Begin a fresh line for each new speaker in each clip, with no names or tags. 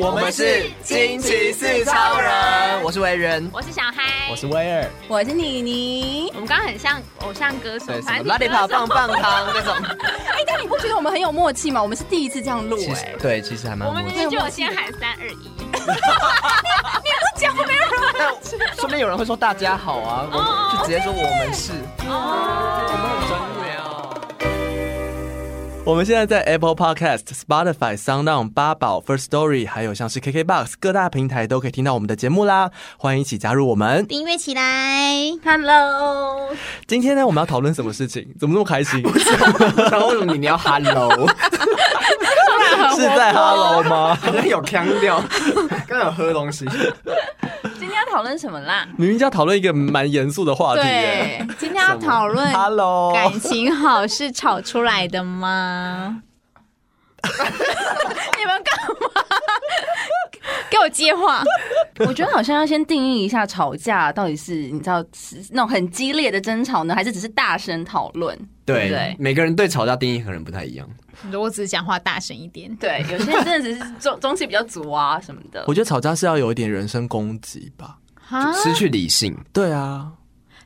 我
们是惊奇四超人
我是维人，
我是小嗨，
我是威尔，
我是妮妮。
我们刚刚很像偶像歌手
对，，什
反
么
正
拉力跑棒棒糖那种，
哎，但你不觉得我们很有默契吗？我们是第一次这样录
其
哎
实，对，其实还蛮
我们
默
明
契。
明就有先喊三二一，
但说不定有人会说大家好啊，我
哦
们就直接说我们是，
哦，
我们很专业哦。
哦我们现在在 Apple Podcast、Spotify、Sound On、八宝、First Story，还有像是 KKBox 各大平台都可以听到我们的节目啦。欢迎一起加入我们。
订阅起来。
Hello，
今天呢，我们要讨论什么事情？ 怎么那么开心？
然后为什么你要 hello？
是在 Hello 吗？
好像有腔调，刚有喝东西。
今天要讨论什么啦？
明明就要讨论一个蛮严肃的话题耶。
对，今天要讨论
Hello，
感
哦
情好是吵出来的 吗？
你们刚，
给我接话，
我觉得好像要先定义一下吵架到底是你知道是那种很激烈的争吵呢，还是只是大声讨论？对不
对
对，
每个人对吵架定义可能不太一样。
如果只是讲话大声一点，
对，有些人真的只是中中气比较足啊什么的
我。觉得吵架是要有一点人身攻击吧。
哈
失去理性，
对啊，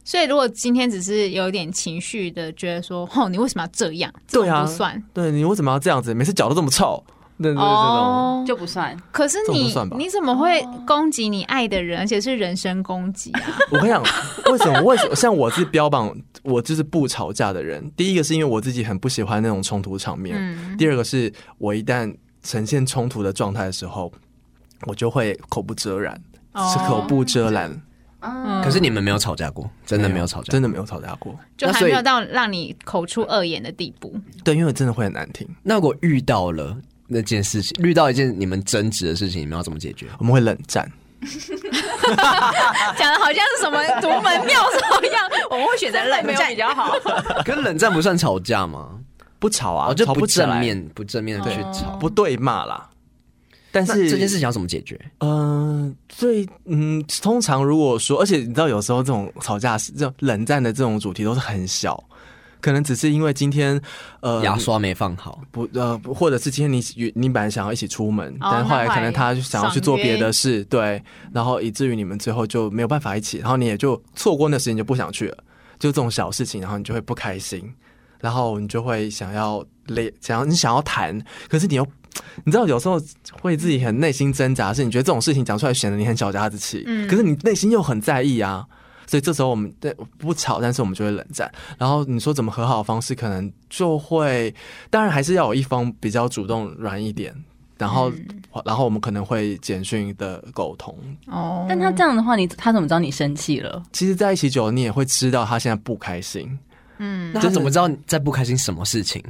所以如果今天只是有一点情绪的，觉得说，吼，你为什么要这样？
对啊
这种不算
对你为什么要这样子？每次脚都这么臭，对对对，这种。
就不算，
哦可是
这种不
你
算吧
你怎么会攻击你爱的人，而且是人身攻击 啊？
我跟你讲，为什么？为什么？像我是标榜我就是不吵架的人。第一个是因为我自己很不喜欢那种冲突场面，
嗯
第二个是我一旦呈现冲突的状态的时候，我就会口不遮拦，
哦
是口不遮拦，
嗯
可是你们没有吵架
嗯
过，真的没有吵架，
真的没有吵架过。
就
那
还
所以
没有到让你口出恶言的地步。
对，因为真的会很难听，
那如果遇到了那件事情，遇到一件你们争执的事情，你们要怎么 解决？
我们会冷战。
讲的好像是什么独门妙招一 样，我们会选择冷
没有
战
比。较 好。
可是冷战不算吵架吗？
不吵啊，
哦，就
吵
不
起来
正，面，不正面的
哦
去吵。
不对骂啦。但
那
是
这件事情要怎么解决？
嗯，最嗯，通常如果说，而且你知道，有时候这种吵架、是这种冷战的这种主题都是很小，可能只是因为今天呃
牙刷没放好，
不呃，不或者是今天你你本来想要一起出门，
哦
但后来
那后来
可能他想要去做别
爽
的
约
事，对，然后以至于你们最后就没有办法一起，然后你也就错过那时间就不想去了，就这种小事情，然后你就会不开心，然后你就会想要累，想要你想要谈，可是你又你知道有时候会自己很内心挣扎，是你觉得这种事情讲出来显得你很小家子气，
嗯
可是你内心又很在意啊。所以这时候我们对不吵，但是我们就会冷战。然后你说怎么和好的方式，可能就会当然还是要有一方比较主动软一点，然后、然后我们可能会简讯的沟通。
哦
但他这样的话，你他怎么知道你生气了？
其实在一起久了，你也会知道他现在不开心，
嗯
那他怎么知道你在不开心什么事情？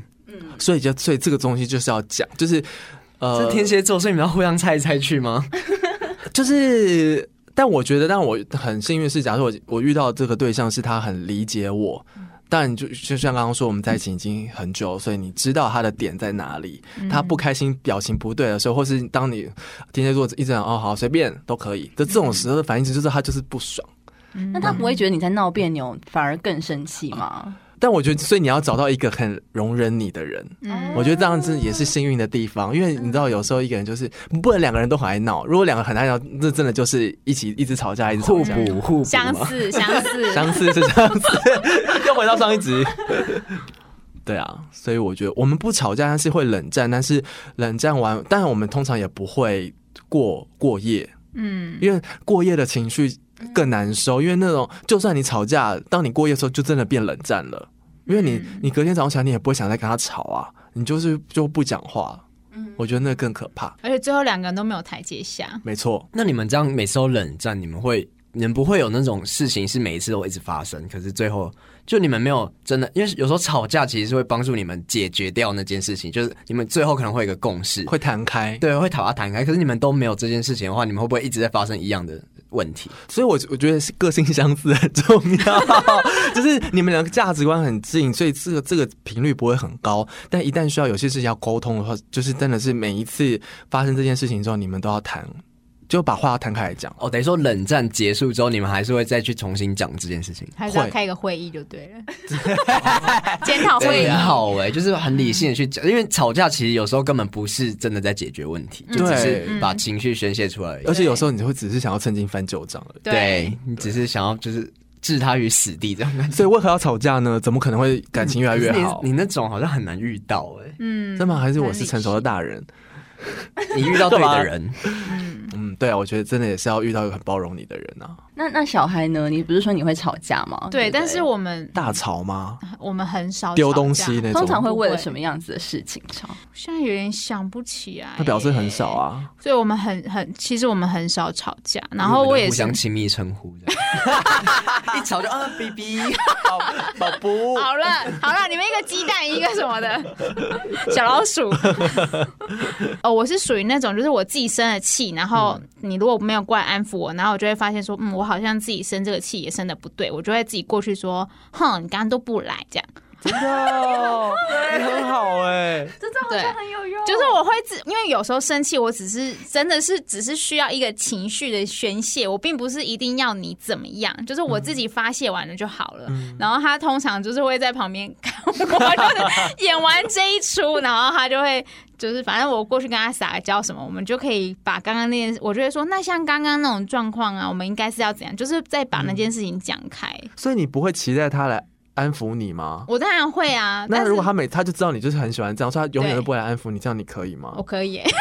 所以就所以这个东西就是要讲，就是呃，
是天蝎座，所以你们要互相猜来猜去吗？
就是。但我觉得，但我很幸运是，假如我我遇到这个对象是他很理解我，但就就像刚刚说，我们在一起已经很久，所以你知道他的点在哪里。他不开心、表情不对的时候，或是当你天蝎座一直讲哦好随便都可以的这种时候的反应，就是他就是不爽。
嗯
那他不会觉得你在闹别扭，反而更生气吗？
但我觉得，所以你要找到一个很容忍你的人，
嗯
我觉得这样子也是幸运的地方，因为你知道，有时候一个人就是不能两个人都很爱闹，如果两个人很爱闹，那真的就是一起一直吵架，一直吵
互
架。
补互补
相
吗？
似相似，
相似是相似， 又回到上一集。对啊，所以我觉得我们不吵架，但是会冷战，但是冷战完，但我们通常也不会过过夜，
嗯，
因为过夜的情绪更难受，因为那种就算你吵架，当你过夜的时候，就真的变冷战了，因为你你隔天早上起来，你也不会想再跟他吵啊，你就是就不讲话，我觉得那更可怕。
而且最后两个人都没有台阶下。
没错，
那你们这样每次都冷战，你们会你们不会有那种事情是每一次都一直发生，可是最后就你们没有真的，因为有时候吵架其实是会帮助你们解决掉那件事情，就是你们最后可能会有一个共识，
会弹开。
对，会讨价谈开。可是你们都没有这件事情的话，你们会不会一直在发生一样的问题？
所以我，我觉得是个性相似很重要，就是你们两个价值观很近，所以这个这个频率不会很高。但一旦需要有些事情要沟通的话，就是真的是每一次发生这件事情之后，你们都要谈，就把话摊开来讲。
哦，等于说冷战结束之后，你们还是会再去重新讲这件事情。
还是要
会
开一个会议就对 了，检讨哦会啊
这
议
很。好哎、就是很理性的去讲，因为吵架其实有时候根本不是真的在解决问题，就只是
嗯
把情绪宣泄出来而已。
而且有时候你会只是想要趁机翻旧账而已。
对你只是想要就是置他于死地这样感觉。
所以为何要吵架呢？怎么可能会感情越来越好
你？嗯你那种好像很难遇到哎、
嗯，
真吗？还是我是成熟的大人？
你遇到对的人，
嗯，对啊，我觉得真的也是要遇到一个很包容你的人啊。
那那小孩呢？你不是说你会吵架吗？
对，
不
但是我们
大吵吗？
我们很少
丢
吵
东
架
西那
通常
种？
会为了
不会
什么样子的事情吵？
现在有点想不起来。
他表示很少， 啊。
所以我们很很，其实我们很少吵架。然后
你们
我
都
也
互
是
相亲密称呼这样， 一吵就啊 baby，
宝宝不，
好了好了，你们一个鸡蛋一个什么的 小老鼠。哦，我是属于那种，就是我自己生了气，然后你如果没有过来安抚我，然后我就会发现说，嗯，我好像自己生这个气也生的不对，我就会自己过去说，哼，你刚刚都不来这样。
真的哦，你很好哎。
对，
很有用
就是我会自，因为有时候生气，我只是真的是只是需要一个情绪的宣泄，我并不是一定要你怎么样，就是我
嗯
自己发泄完了就好了。然后他通常就是会在旁边 看我，就是演完这一出，然后他就会。就是反正我过去跟他撒个娇什么，我们就可以把刚刚那件，我就会说，那像刚刚那种状况啊，我们应该是要怎样，就是再把
嗯
那件事情讲开。
所以你不会期待他来安抚你吗？
我当然会啊，但
那
是
如果他每他就知道你就是很喜欢这样，所以他永远
对
都不会来安抚你，这样你可以吗
我？可以耶、欸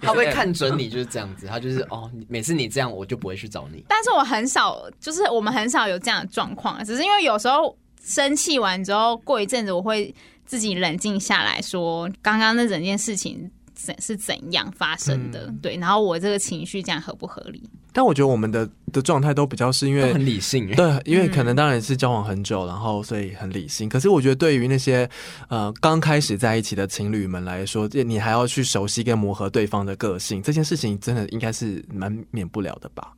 他会看准你就是这样子，他就是哦，你每次你这样我就不会去找你。
但是我很少，就是我们很少有这样的状况，只是因为有时候生气完之后，过一阵子我会自己冷静下来说，刚刚那整件事情怎是怎样发生
嗯
的，对，然后我这个情绪这样合不合理？
但我觉得我们的的状态都比较是因
都
为
很理性哎、
对，因为可能当然是交往很久，然后所以很理性。可是我觉得对于那些呃刚开始在一起的情侣们来说，这你还要去熟悉跟磨合对方的个性，这件事情真的应该是蛮免不了的吧。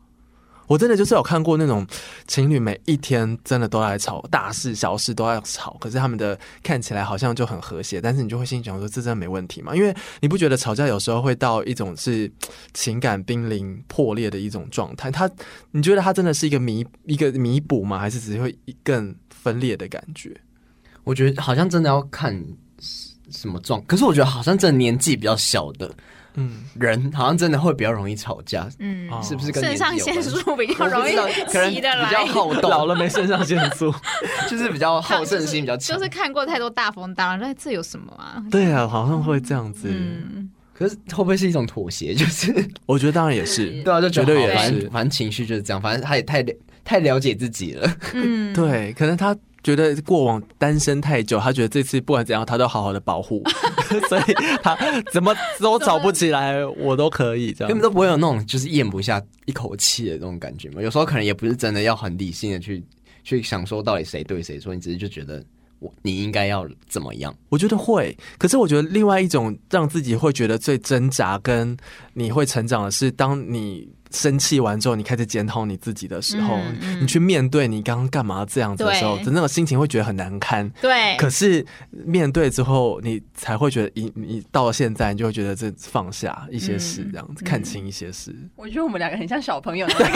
我真的就是有看过那种情侣，每一天真的都在吵，大事小事都在吵，可是他们的看起来好像就很和谐，但是你就会心里想说，这真的没问题吗？因为你不觉得吵架有时候会到一种是情感濒临破裂的一种状态？他你觉得它真的是一个弥一个弥补吗？还是只是会更分裂的感觉？
我觉得好像真的要看什什么状，可是我觉得好像真的年纪比较小的
嗯，
人，好像真的会比较容易吵架，
嗯，
哦
是不是跟
肾
年纪
上
有
腺
关
素比较
我
容
不
易
知道可能
起得
比较
来。
好
老
动，
了没肾上腺素。
就是比较好胜心比较
就
强。
是看过太多大风大浪，那这有什么啊？
对啊，好像会这样子。
嗯，
可是会不会是一种妥协？ 就是
我觉得当然也是。
对啊，就觉得
绝对也
好反
是
正反正情绪就是这样，反正他也太了太了解自己了。
嗯，
对，可能他觉得过往单身太久，他觉得这次不管怎样，他都好好的保护， 所以他怎么都吵不起来，我都可以这
根
样
本。都不会有那种就是咽不下一口气的那种感觉嘛。有时候可能也不是真的要很理性的去去想说到底谁对谁错，你只是就觉得我你应该要怎么样。
我觉得会，可是我觉得另外一种让自己会觉得最挣扎跟你会成长的是，当你生气完之后，你开始检讨你自己的时候，
嗯嗯
你去面对你刚刚干嘛这样子的时候，
对
真的心情会觉得很难堪。
对，
可是面对之后，你才会觉得你你到了现在，你就会觉得这放下一些事，这样子、看清一些事。
我觉得我们两个很像 小朋友，成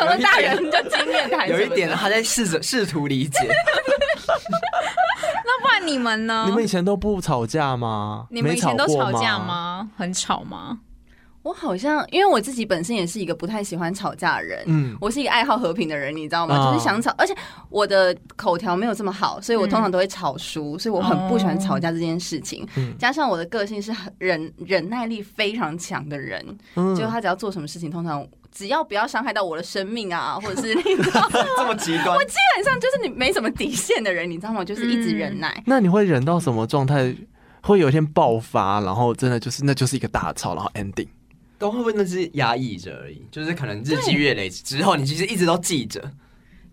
熟的大人的经验谈，
有一点他在试着试图理解，
那不然你们呢？
你们以前都不吵架吗？
嗯你们以前
没
都
过
吵架？吗？很吵吗？
我好像因为我自己本身也是一个不太喜欢吵架的人，
嗯
我是一个爱好和平的人，你知道
哦
吗？就是想吵，而且我的口条没有这么好，所以
嗯
我通常都会吵输，所以我很不喜欢吵架这件事情。
嗯
加上我的个性是很忍忍耐力非常强的人，
嗯
就他只要做什么事情，通常只要不要伤害到我的生命啊，或者是你知道，
这么极 端。
基本上就是你没什么底线的人，你知道吗？就是一直忍耐。
那你会忍到什么状态？会有一天爆发，然后真的就是那就是一个大吵，然后 ending。
都会不会那是压抑着而已？就是可能日积月累之后，你其实一直都记着，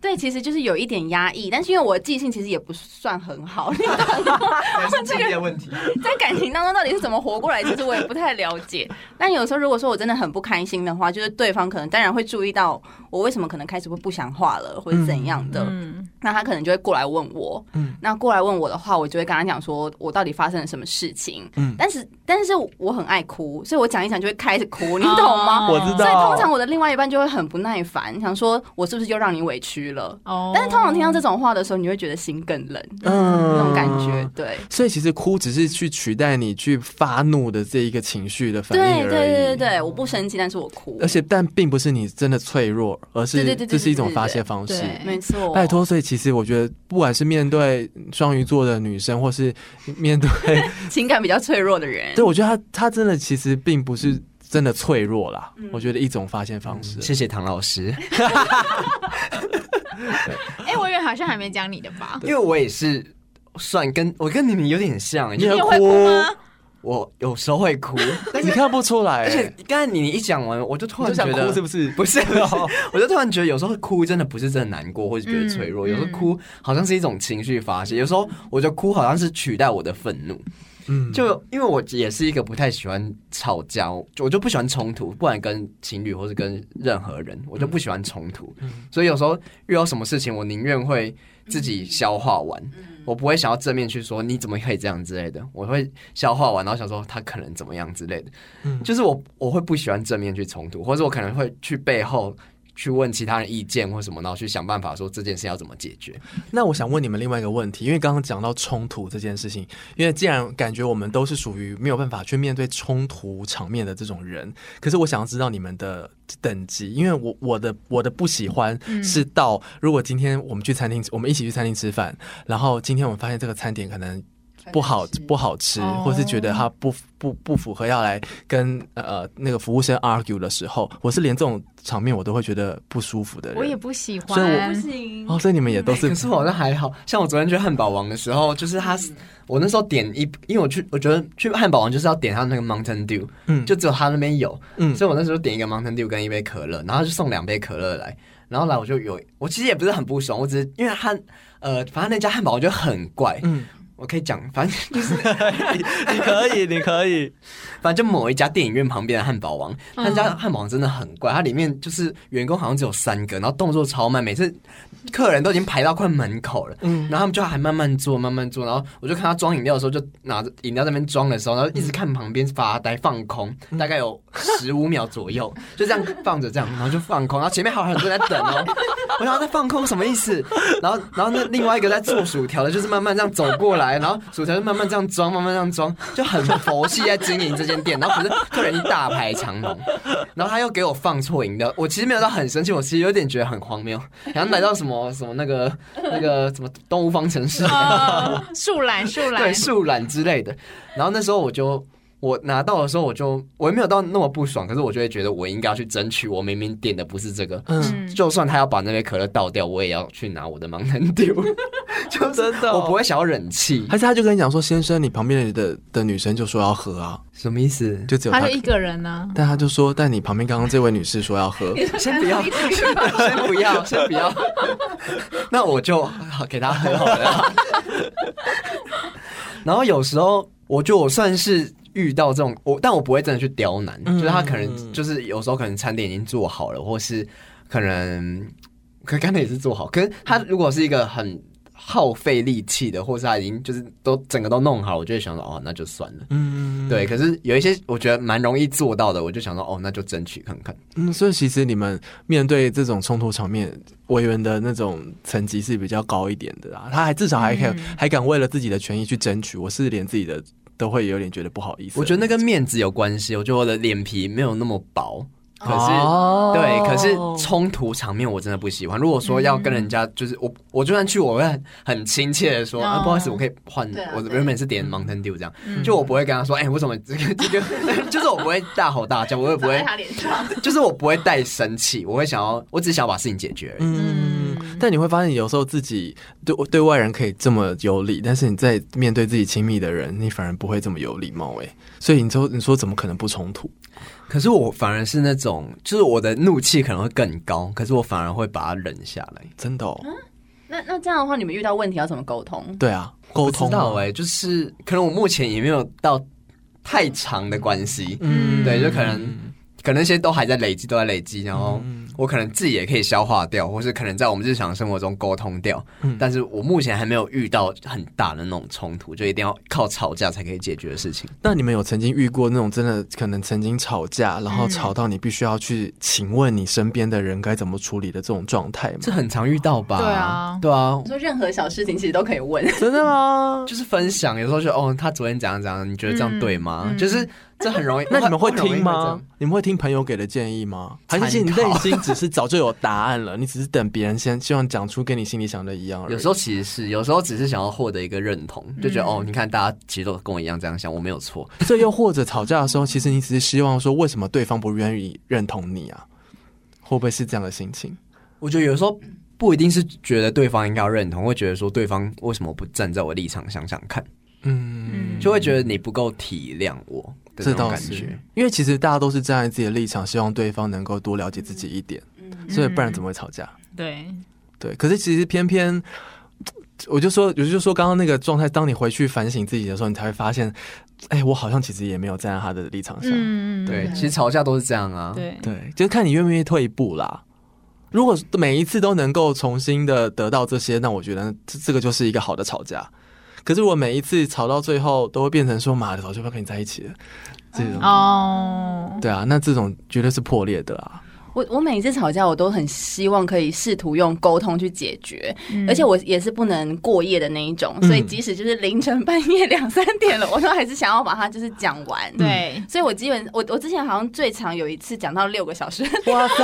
对，其实就是有一点压抑，但是因为我的记性其实也不算很好，你懂吗？
哦
还是记忆的问题。
在感情当中到底是怎么活过来，其实我也不太了解。但有时候如果说我真的很不开心的话，就是对方可能当然会注意到我为什么可能开始会不想画了，或者怎样的，
嗯，
那他可能就会过来问我。
嗯
那过来问我的话，我就会跟他讲说我到底发生了什么事情。
嗯
但是但是我很爱哭，所以我讲一讲就会开始哭，你懂吗？
哦
我知
所以
道
通常我的另外一半就会很不耐烦，想说我是不是又让你委屈了？
哦
但是通常听到这种话的时候，你会觉得心更冷，
嗯
那种感觉，对。
所以其实哭只是去取代你去发怒的这一个情绪的反应而已。
对对对对对，我不生气，但是我哭。
而且但并不是你真的脆弱，而
对
是
对对对
这是一种
对对
发泄方式。
对
没错，
拜，托，所以其实我觉得，不管是面对双鱼座的女生，或是面 对，
情感比较脆弱的人，
对我觉得她她真的其实并不是真的脆弱啦。
嗯
我觉得一种发泄方式。
谢谢唐老师，
哎，我以为好像还没讲你的吧？
因为我也是算跟我跟你们有点像，
你
因
有
你会
为
哭吗？
我有时候会 哭，但
你
是
看不出来、欸
而且刚才你一讲完，我就突
你
然
就
觉
想
得
哭是不是？
不是，不是我就突然觉得有时候哭真的不是真的难过，或者觉得脆弱，
嗯
有时候哭好像是一种情绪发泄，有时候我觉得哭好像是取代我的愤怒，
嗯，
就因为我也是一个不太喜欢吵架，我我就不喜欢冲突，不管跟情侣或是跟任何人，我就不喜欢冲突，
嗯
所以有时候遇到什么事情，我宁愿会自己消化完。我不会想要正面去说你怎么可以这样之类的，我会消化完，然后想说他可能怎么样之类的。
嗯
就是我我会不喜欢正面去冲突，或者我可能会去背后去问其他人意见或什么，然后去想办法说这件事要怎么解决。
那我想问你们另外一个问题，因为刚刚讲到冲突这件事情，因为既然感觉我们都是属于没有办法去面对冲突场面的这种人，可是我想要知道你们的等级，因为我我的我的不喜欢是到、如果今天我们去餐厅，我们一起去餐厅吃饭，然后今天我们发现这个餐点可能。不好不好吃，
哦
或是觉得它不不不符合要来跟呃那个服务生 argue 的时候，我是连这种场面我都会觉得不舒服的人。
我也不喜
所以我
欢，
行
哦，所以你们也都是
可是我好像还好像我昨天去汉堡王的时候，就是他，我那时候点一，因为我去我觉得去汉堡王就是要点他那个 Mountain Dew，
嗯
就只有他那边有，
嗯
所以我那时候点一个 Mountain Dew 跟一杯可乐，然后他就送两杯可乐来，然后来我就有，我其实也不是很不爽，我只是因为他呃，反正那家汉堡我觉得很怪，
嗯，
我可以讲，反正
你可以，你可以。
反正就某一家电影院旁边的汉堡王，他们家汉堡王真的很怪，它里面就是员工好像只有三个，然后动作超慢，每次客人都已经排到快门口了，
嗯
然后他们就还慢慢做，慢慢做，然后我就看他装饮料的时候，就拿着饮料在那边装的时候，然后一直看旁边发呆放空，大概有十五秒左右，就这样放着这样，然后就放空，然后前面还有很多人在等哦，我想他在放空什么意思？然后然后那另外一个在做薯条的，就是慢慢这样走过来，然后薯条就慢慢这样装，慢慢这样装，就很佛系在经营这间店，然后可是客人一大排长龙，然后他又给我放错饮料，我其实没有到很生气，我其实有点觉得很荒谬，然后来到什么 什么那个那个什么动物方 程式，
呃，树懒树
对
懒，
树懒之类的。然后那时候我就我拿到的时候，我就我也没有到那么不爽，可是我就会觉得我应该要去争取，我明明点的不是这个。
嗯，
嗯，
就算他要把那杯可乐倒掉，我也要去拿我的盲人 丢，就
真的哦
我不会想要忍气。
还是他就跟你讲说，先生，你旁边的的女生就说要喝啊，
什么意思？
就只有
他
他
就。一个人呢，
但他就说，但你旁边刚刚这位女士说要 喝，
先不要，先不 要，先不要。那我就好给他喝好了。 然后有时候，我觉得我算是遇到这种，我但我不会真的去刁难，
嗯
就是他可能就是有时候可能餐点已经做好了，或是可能可刚才也是做好，可是他如果是一个很耗费力气的，或是他已经就是都整个都弄好，我就会想说哦，那就算了。
嗯，
对，可是有一些我觉得蛮容易做到的，我就想说哦，那就争取看看。
嗯，所以其实你们面对这种冲突场面，委员的那种层级是比较高一点的啦。他还至少还敢、
嗯
还敢为了自己的权益去争取，我是连自己的都会有点觉得不好意思。
我觉得那跟面子有关系，我觉得我的脸皮没有那么薄，可是。
哦
对，可是冲突场面我真的不喜欢。如果说要跟人家，就是我，我就算去，我会很很亲切的说、啊，
哦
不好意思，我可以换
对啊，
我
对
原本是点 Mountain Dew 这样，
嗯
就我不会跟他说，哎、为什么 这个这个，就是我不会大吼大叫，我也
啊
不会，
他脸上，
就是我不会带生气，我会想要，我只想要把事情解决而已。
嗯，但你会发现，有时候自己对对外人可以这么有礼，但是你在面对自己亲密的人，你反而不会这么有礼貌哎、所以你说，你说怎么可能不冲突？
可是我反而是那种，就是我的怒气可能会更高，可是我反而会把它忍下来。
真的、
嗯
哦，
那那这样的话，你们遇到问题要怎么沟通？
对啊，沟
不
通
知道
啊
哎、就是可能我目前也没有到太长的关系，
嗯
对，就可能哦可能一些都还在累积，都在累积，然后
嗯
我可能自己也可以消化掉，或是可能在我们日常生活中沟通掉，
嗯
但是我目前还没有遇到很大的那种冲突，就一定要靠吵架才可以解决的事情。
那你们有曾经遇过那种真的可能曾经吵架，然后吵到你必须要去请问你身边的人该怎么处理的这种状态吗？
这很常遇到吧？
对啊
对啊
我，说任何小事情其实都可以问，
真的吗？
就是分享，有时候就哦，他昨天怎样怎样，你觉得这样对吗？
嗯嗯
就是这很容易。
那你们会
我很容易
听
这
吗
样？？
你们会听朋友给的建议吗？还是其实你
参考
内心只是早就有答案了，你只是等别人先希望讲出跟你心里想的一样而已？
有时候其实是，有时候只是想要获得一个认同，就觉得、
嗯
哦，你看大家其实都跟我一样这样想，我没有错。
所以又或者吵架的时候，其实你只是希望说，为什么对方不愿意认同你啊？会不会是这样的心情？
我觉得有时候不一定是觉得对方应该要认同，会觉得说对方为什么不站在我立场想想看，
嗯，
就会觉得你不够体谅我的
这
那种
倒
感
是
觉。，
因为其实大家都是站在自己的立场，希望对方能够多了解自己一点，
嗯
所以不然怎么会吵架？
对，
对，可是其实偏偏。我就说，我就说刚刚那个状态，当你回去反省自己的时候，你才会发现，哎，我好像其实也没有站在他的立场上。
嗯，
对，其实吵架都是这样 啊。
对，
对，就是看你愿不愿意退一步啦。如果每一次都能够重新的得到这些，那我觉得这这个就是一个好的吵架。可是我每一次吵到最后，都会变成说“妈的，早就不要跟你在一起了”这种。
哦，
对啊，那这种绝对是破裂的啦。
我我每一次吵架，我都很希望可以试图用沟通去解决，
嗯
而且我也是不能过夜的那一
嗯
种，所以即使就是凌晨半夜 两三点了，我都还是想要把它就是讲完。，
嗯
对，
所以我基本我我之前好像最长有一次讲到六个小时，
哇塞，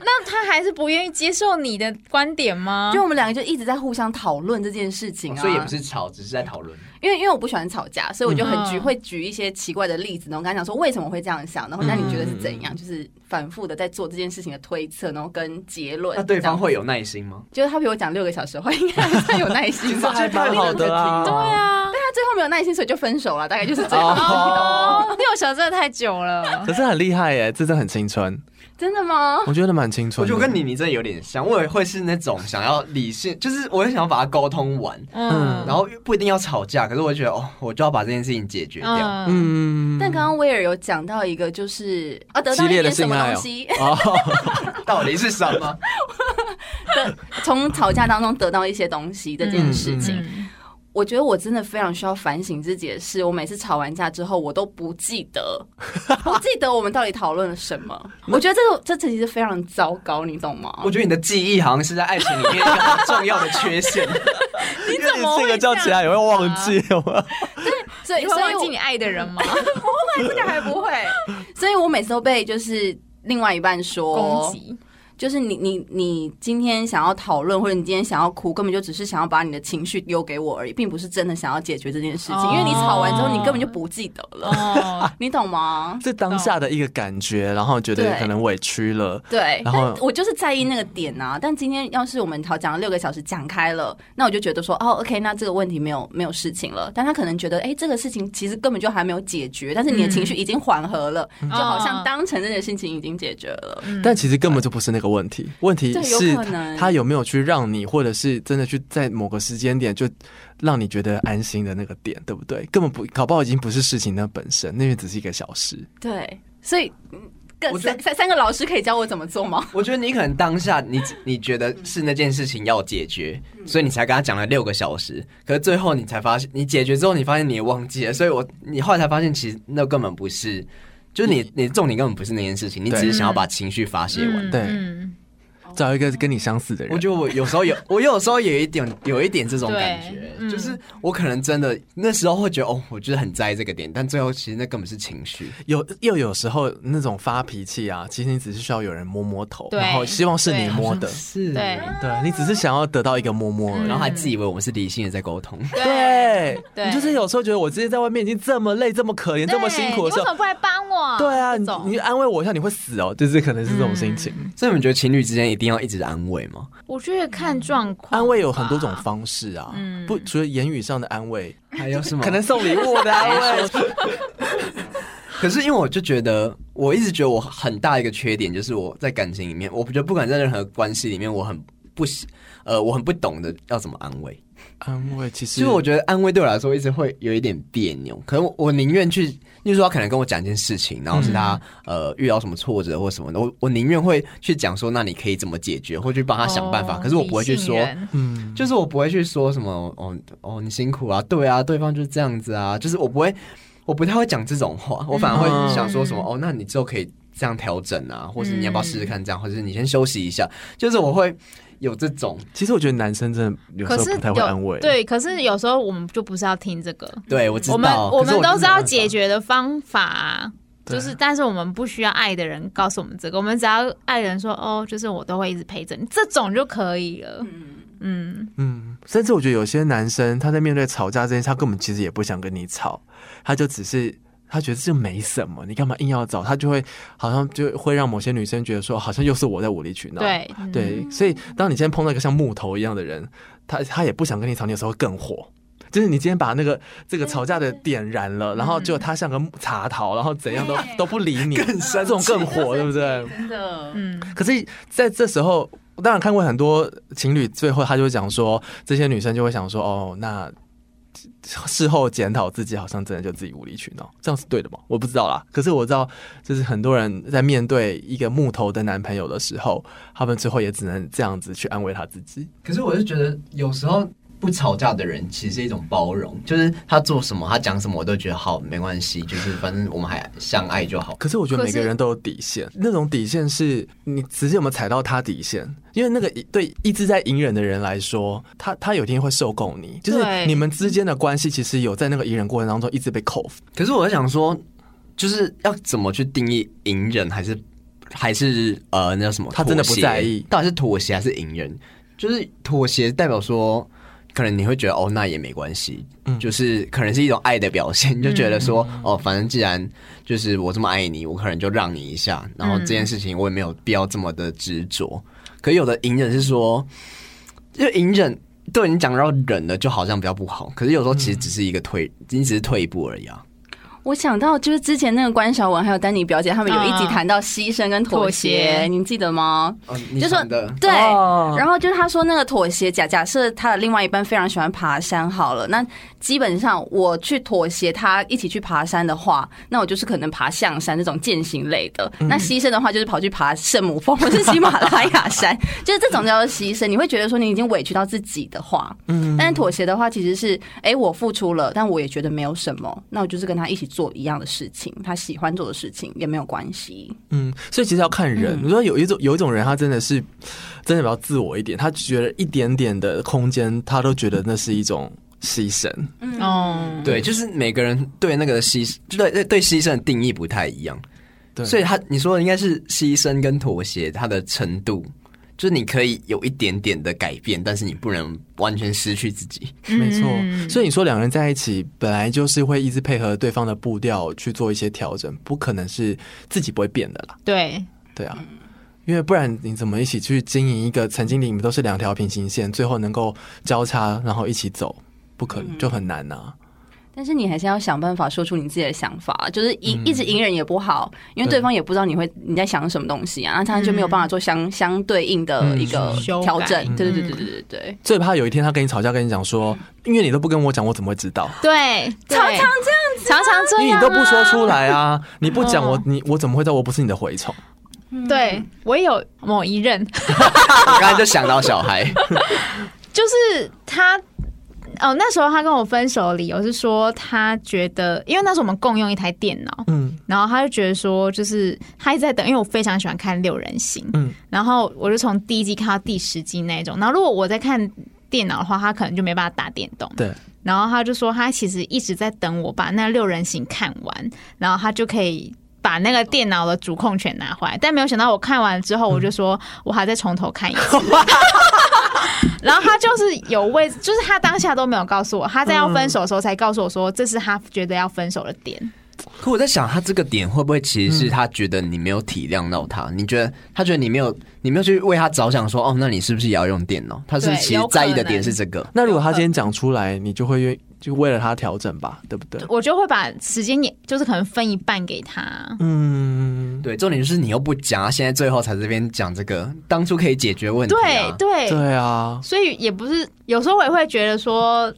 那他还是不愿意接受你的观点吗？
就我们两个就一直在互相讨论这件事情啊，
啊哦所以也不是吵，只是在讨论。
因为因为我不喜欢吵架，所以我就很举
嗯
会举一些奇怪的例子，然后跟他讲说为什么会这样想，然后那你觉得是怎
嗯
样？就是反复的在做这件事情的推测，然后跟结论。
那对
这样
方会有耐心吗？
就是他比我讲六个小时的话，应该还算有耐心 吧？
还蛮好的啊。
对啊，
他最后没有耐心，所以就分手了，大概就是这样。
哦，六小时真的太久了，
可是很厉害耶，这真的很青春，
真的吗？
我觉得蛮青
我
春的。
觉得我跟你你真的有点像，我也会是那种想要理性，就是我也想要把它沟通完，
嗯，
然后不一定要吵架，可是我会觉得哦，我就要把这件事情解决掉。
嗯，
嗯，
但刚刚威尔有讲到一个，就是啊，得
激
到一
烈的
点什
性
么
爱
东
哦
西，
到底是什么？
从吵架当中得到一些东西这件事情，
嗯
我觉得我真的非常需要反省自己的是，我每次吵完架之后，我都不记得，不记得我们到底讨论了什么。我觉得这个这其实非常糟糕，你懂吗？
我觉得你的记忆好像是在爱情里面一个很重要的缺 陷。
你
怎么会
这个叫起来也会
啊
忘记有没有？
所以
你会
所
忘
以我
记你爱的 人吗？
这个还不会， 所以我每次都被就是另外一半说
攻击，
就是你你你今天想要讨论，或者你今天想要哭，根本就只是想要把你的情绪丢给我而已，并不是真的想要解决这件事情。
哦
因为你吵完之后，你根本就不记得了，
哦，
你懂吗？
是当下的一个感觉，然后觉得
对
可能委屈了。
对，
然后
但我就是在意那个点啊。但今天要是我们好讲了六个小时讲开了，那我就觉得说，哦，OK，那这个问题没有没有事情了。但他可能觉得，哎，这个事情其实根本就还没有解决，但是你的
嗯
情绪已经缓和了，就好
哦
像当成这件事情已经解决了。
但其实根本就不是那个问题，问题
对有
是
可能
他有没有去让你，或者是真的去在某个时间点就让你觉得安心的那个点，对不对？根本不，搞不好已经不是事情的本身，那个只是一个小事。
对，所以。嗯各
我觉得
三三三个老师可以教我怎么做吗？
我觉得你可能当下你你觉得是那件事情要解决，
嗯
所以你才跟他讲了六个小时，可是最后你才发现，你解决之后你发现你也忘记了，所以我你后来才发现，其实那根本不是，就是你你重点根本不是那件事情，你只
对
是想要把情绪发泄完。
嗯
对
嗯
找一个跟你相似的人，
我觉得我有时候有，我有时候有一点有一点这种
对
感觉，
嗯
就是我可能真的那时候会觉得哦，我就是很在意这个点，但最后其实那根本是情绪。
有又有时候那种发脾气啊，其实你只是需要有人摸摸头，
对
然后希望是你
对
摸 的，
是
对
对你只是想要得到一个摸摸而已。
嗯然后还自以为我们是理性的在沟通。
对，
对
你就是有时候觉得我之前在外面已经这么累、这么可怜、这么辛苦
对
的
你
时
为什
候
么，不来帮我？
对啊，
这
你
种嗯
你安慰我一下，你会死哦，就是可能是这种心情。
所以你们觉得情侣之间一一定要一直安慰吗？
我觉得看状况，
安慰有很多种。方式啊，
嗯
不除了言语上的安慰，
还有什么？
可能送礼物 的安慰，
可是因为我就觉得，我一直觉得我很大一个缺点就是我在感情里面，我觉得不管在任何关系里面，我很不喜，呃，我很不懂得要怎么安慰。
安慰其实
就是我觉得安慰对我来说一直会有一点别扭，可能我我宁愿去，例如说他可能跟我讲一件事情，
嗯
然后是他、呃遇到什么挫折或什么的，我我宁愿会去讲说，那你可以怎么解决，或去帮他想办法。
哦
可是我不会去说
理性，人
嗯，
就是我不会去说什么哦哦你辛苦啊，对啊，对方就是这样子啊，就是我不会，我不太会讲这种话，我反而会想说什
嗯
么、哦，那你之后可以这样调整啊，或是你要不要试试看这
嗯
样，或者是你先休息一下，就是我会有这种
其实我觉得男生真的有
可
时
是
候不太会安慰，
有，对，可是有时候我们就不是要听这个，
对我知道，
我们我
可是
们都
就是
知道
没办法
解决的方法啊、
对
就是，但是我们不需要爱的人告诉我们这个，我们只要爱人说哦，就是我都会一直陪着你，这种就可以了。
嗯，
嗯，
嗯，甚至我觉得有些男生他在面对吵架这件事，他根本其实也不想跟你吵，他就只是他觉得这没什么，你干嘛硬要找？他就会好像就会让某些女生觉得说，哦好像又是我在无理取闹。
对
对，所以当你今天碰到一个像木头一样的人，他他也不想跟你吵，你有时候会更火。就是你今天把那个这个吵架的点燃了，然后就他像个茶桃，然后怎样都
对
都不理你，
更
这
生
种
气
更火， 对不对？
真的，
嗯，
可是在这时候，我当然看过很多情侣，最后他就会讲说，这些女生就会想说，哦，那事后检讨自己，好像真的就自己无理取闹，这样是对的吗？我不知道啦。可是我知道，就是很多人在面对一个木头的男朋友的时候，他们最后也只能这样子去安慰他自己。
可是我是觉得有时候不吵架的人其实是一种包容，就是他做什么他讲什么我都觉得好没关系，就是反正我们还相爱就好。
可是我觉得每个人都有底线，那种底线是你直接有没有踩到他底线？因为那个对一直在隐忍的人来说，他他有一天会受够你，就是
对
你们之间的关系其实有在那个隐忍过程当中一直被扣分。
可是我在想说，就是要怎么去定义隐忍还是还是呃那叫什么？
他真的不
妥协
在意
到底是妥协还是隐忍？就是妥协代表说。可能你会觉得哦，那也没关系，
嗯
就是可能是一种爱的表现，你就觉得说、哦，反正既然就是我这么爱你，我可能就让你一下，然后这件事情我也没有必要这么的执着。可有的隐忍是说，就隐忍，对你讲到忍了，就好像比较不好。可是有时候其实只是一个退，你只是退一步而已啊。
我想到就是之前那个关晓雯还有丹妮表姐，他们有一集
嗯
谈到牺牲跟妥
妥
协
协，
你记得吗？
哦，你
就说
想的
对，
哦
然后就是他说那个妥协，假假设他的另外一半非常喜欢爬山，好了，那基本上我去妥协他一起去爬山的话，那我就是可能爬象山这种践行类的，那牺牲的话就是跑去爬圣母峰或是喜马拉雅山， 就是这种叫做牺牲。你会觉得说你已经委屈到自己的话，
嗯，
但是妥协的话其实是，哎，我付出了，但我也觉得没有什么，那我就是跟他一起做一样的事情，他喜欢做的事情也没有关系。
嗯，所以其实要看人。
嗯
你说有一种有一种人，他真的是真的比较自我一点，他觉得一点点的空间，他都觉得那是一种牺牲。
嗯
哦，
对，就是每个人对那个牺牲，对对对牺牲的定义不太一样，
对，
所以他你说的应该是牺牲跟妥协，它的程度就是你可以有一点点的改变，但是你不能完全失去自己。
没错，
嗯
所以你说两个人在一起，本来就是会一直配合对方的步调去做一些调整，不可能是自己不会变的啦，
对，
对啊，
嗯
因为不然你怎么一起去经营一个曾经你们都是两条平行线，最后能够交叉然后一起走，不可
嗯
能就很难呐、
但是你还是要想办法说出你自己的想法，就是一、
嗯
一直隐忍也不好，因为
对
对方也不知道你会你在想什么东西啊，那他就没有办法做相、相对应的一个
嗯修改
调整。对对
嗯
对对对对
最怕有一天他跟你吵架，跟你讲说，因为你都不跟我讲，我怎么会知道？
对，常常这样子、常常这
因为
样、
你都
啊，
不说出来 啊！你不讲我
哦，
你我怎么会知道我不是你的蛔虫？
对
对我也有某一任，
我刚才就想到小孩，
就是他。哦，那时候他跟我分手的理由是说，他觉得，因为那时候我们共用一台电脑，
嗯
然后他就觉得说，就是他一直在等，因为我非常喜欢看六人行，
嗯
然后我就从第一季看到第十季那一种。然后如果我在看电脑的话，他可能就没办法打电动。
对。
然后他就说，他其实一直在等我把那六人行看完，然后他就可以。把那个电脑的主控权拿回来，但没有想到我看完之后，
嗯
我就说我还在从头看 一次，然后他就是有位，就是他当下都没有告诉我，他在要分手的时候才告诉我说这是他觉得要分手的点，
可我在想，他这个点会不会其实是他觉得你没有体谅到他？你觉得他觉得你没有，你没有去为他着想说，哦，那你是不是也要用电脑？他是不是
对
其实
有可
在意的
能
点是这个？
那如果他今天讲出来，你就会愿就为了他调整吧，对不对？
我就会把时间也就是可能分一半给他。
嗯，
对，重点就是你又不讲，他现在最后才这边讲这个，当初可以解决问题、
对
啊。
对，
对啊，
所以也不是有时候我也会觉得说。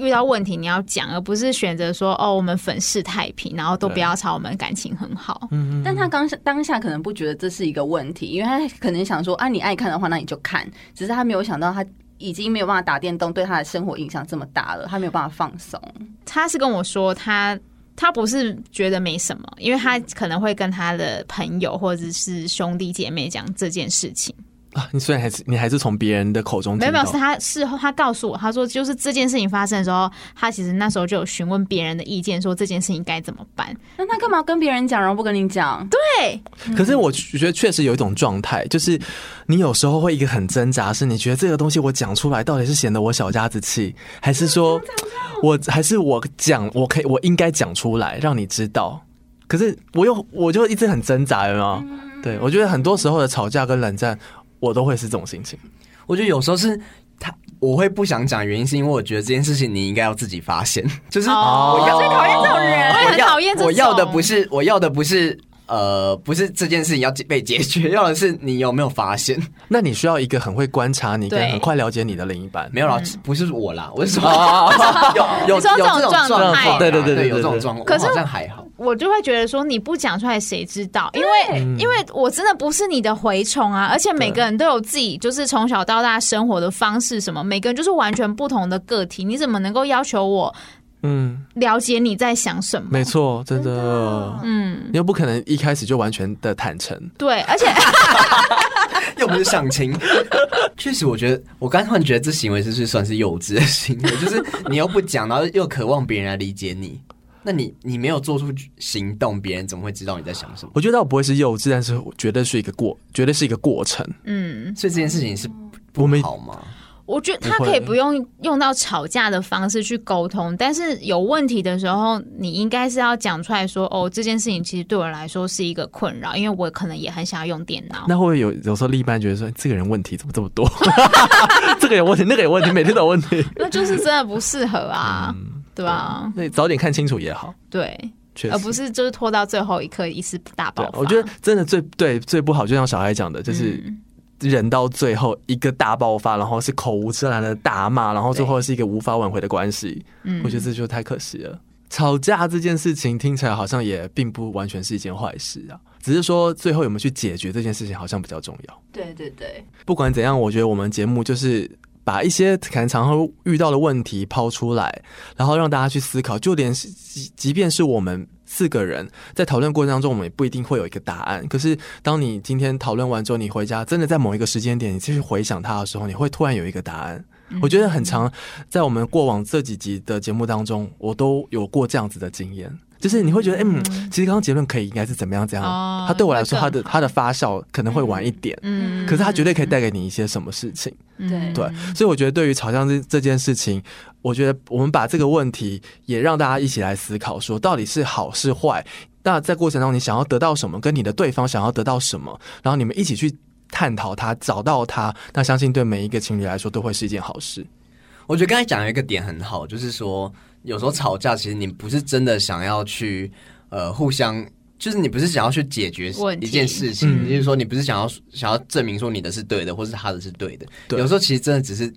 遇到问题你要讲，而不是选择说哦，我们粉饰太平，然后都不
对
要吵，我们感情很好。
嗯，
但他刚当下可能不觉得这是一个问题，因为他可能想说啊，你爱看的话，那你就看。只是他没有想到，他已经没有办法打电动，对他的生活影响这么大了，他没有办法放松。
他是跟我说他他不是觉得没什么，因为他可能会跟他的朋友或者是兄弟姐妹讲这件事情。
啊，你虽然还是你还是从别人的口中
没
听
有没有，
到
是他事后他告诉我，他说就是这件事情发生的时候，他其实那时候就有询问别人的意见，说这件事情该怎么办。
那他干嘛跟别人讲，然后不跟你讲？对，
可是我觉得确实有一种状态，就是你有时候会一个很挣扎，是你觉得这个东西我讲出来到底是显得我小家子气，还是说我还是我讲我可以我应该讲出来让你知道？可是我又我就一直很挣扎，有没有？对我觉得很多时候的吵架跟冷战，我都会是这种心情。
我觉得有时候是他，我会不想讲，原因是因为我觉得这件事情你应该要自己发现， 就是
哦
我要
我最讨厌这种人我也
我
很
要
讨厌这种
我要的不是我要的不是呃不是这件事情要被解决， 要的是你有没有发现？
那你需要一个很会观察你跟
对
很快了解你的另一半。
没有啦，不是我啦，我是说 有有
嗯哦
有
你说这种
种
状
状
态
况啊，
对对对对
有这种
对
状况，
可是
我好像还好。
我就会觉得说你不讲出来谁知道？因为
嗯
因为我真的不是你的蛔虫啊，而且每个人都有自己就是从小到大生活的方式什么，每个人就是完全不同的个体，你怎么能够要求我
嗯，
了解你在想什么？
没错，真的，
嗯，
你又不可能一开始就完全的坦诚。
对，而且
又不是相亲。 确实，我觉得我刚突然觉得这行为是不是算是幼稚的行为？ 就是你又不讲，然后又渴望别人来理解你，那你你没有做出行动，别人怎么会知道你在想什么？
我觉得倒不会是幼稚，但是我绝对是一个过，绝对是一个过程。
嗯，
所以这件事情是
我
不
们
好吗？
我觉得他
不会
可以不用用到吵架的方式去沟通，但是有问题的时候，你应该是要讲出来说，哦，这件事情其实对我来说是一个困扰，因为我可能也很想要用电脑。
那会不会有有时候另一半觉得说，这个人问题怎么这么多？ 这个有问题，那个有问题，每天都有问题。
那就是真的不适合啊，
嗯
对吧、
那早点看清楚也好，
对，
确实。
啊而不是就是拖到最后一刻一次大爆
对啊
发。，
我觉得真的最对最不好，就像小孩讲的，就是
嗯
忍到最后一个大爆发，然后是口无遮拦的大骂，然后最后是一个无法挽回的关系。
嗯
我觉得这就太可惜了。吵架这件事情听起来好像也并不完全是一件坏事啊，只是说最后有没有去解决这件事情好像比较重要。
对对对，
不管怎样，我觉得我们节目就是把一些可能常常会遇到的问题抛出来，然后让大家去思考。就连是即即便是我们四个人在讨论过程当中，我们也不一定会有一个答案。可是当你今天讨论完之后，你回家真的在某一个时间点，你继续回想它的时候，你会突然有一个答案。
嗯
我觉得很常在我们过往这几集的节目当中，我都有过这样子的经验。就是你会觉得，嗯，其实刚刚结论可以应该是怎么样怎样，
哦
它对我来说，
会
它
更
的它的发酵可能会晚一点，
嗯
可是它绝对可以带给你一些什么事情，
嗯
对，所以我觉得对于吵架这这件事情，我觉得我们把这个问题也让大家一起来思考，说到底是好是坏。那在过程中，你想要得到什么，跟你的对方想要得到什么，然后你们一起去探讨它，找到它。那相信对每一个情侣来说，都会是一件好事。
我觉得刚才讲有一个点很好，就是说有时候吵架，其实你不是真的想要去呃互相，就是你不是想要去解决
问
一
题
件事情，
嗯
就是说你不是想要想要证明说你的是对的，或是他的是对的。
对
有时候其实真的只是，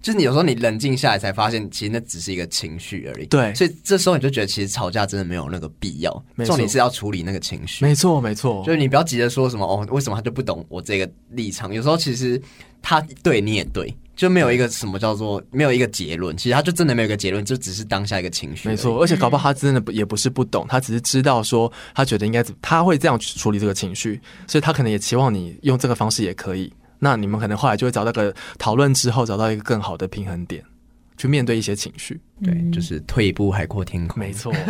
就是你有时候你冷静下来才发现，其实那只是一个情绪而已。
对
所以这时候你就觉得其实吵架真的没有那个必要
没，错
重点是要处理那个情绪。
没错，没错
就，是你不要急着说什么哦，为什么他就不懂我这个立场？有时候其实他对你也对，就没有一个什么叫做没有一个结论。其实他就真的没有一个结论，就只是当下一个情绪。
没，错。而且搞不好他真的不也不是不懂，他只是知道说他觉得应该怎，他会这样去处理这个情绪，所以他可能也期望你用这个方式也可以。那你们可能后来就会找到个讨论之后，找到一个更好的平衡点，去面对一些情绪。
对，就是退一步海阔天空。
没错。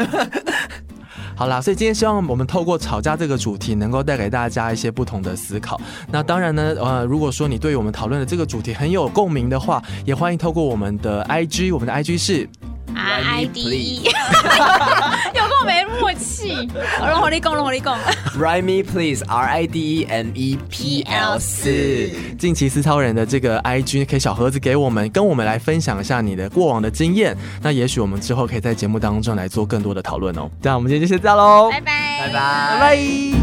好啦，所以今天希望我们透过吵架这个主题，能够带给大家一些不同的思考。那当然呢，呃，如果说你对于我们讨论的这个主题很有共鸣的话，也欢迎透过我们的 IG，我们的 IG 是
R 啊 I D E，
Please.
有够没默契。龙火力共，龙火力共，
Ride me please, R I D E M E P L 四。
近期思超人的这个 IG 可以小盒子给我们，跟我们来分享一下你的过往的经验。那也许我们之后可以在节目当中来做更多的讨论哦。这样我们今天就先这样喽，
拜拜，拜
拜
拜拜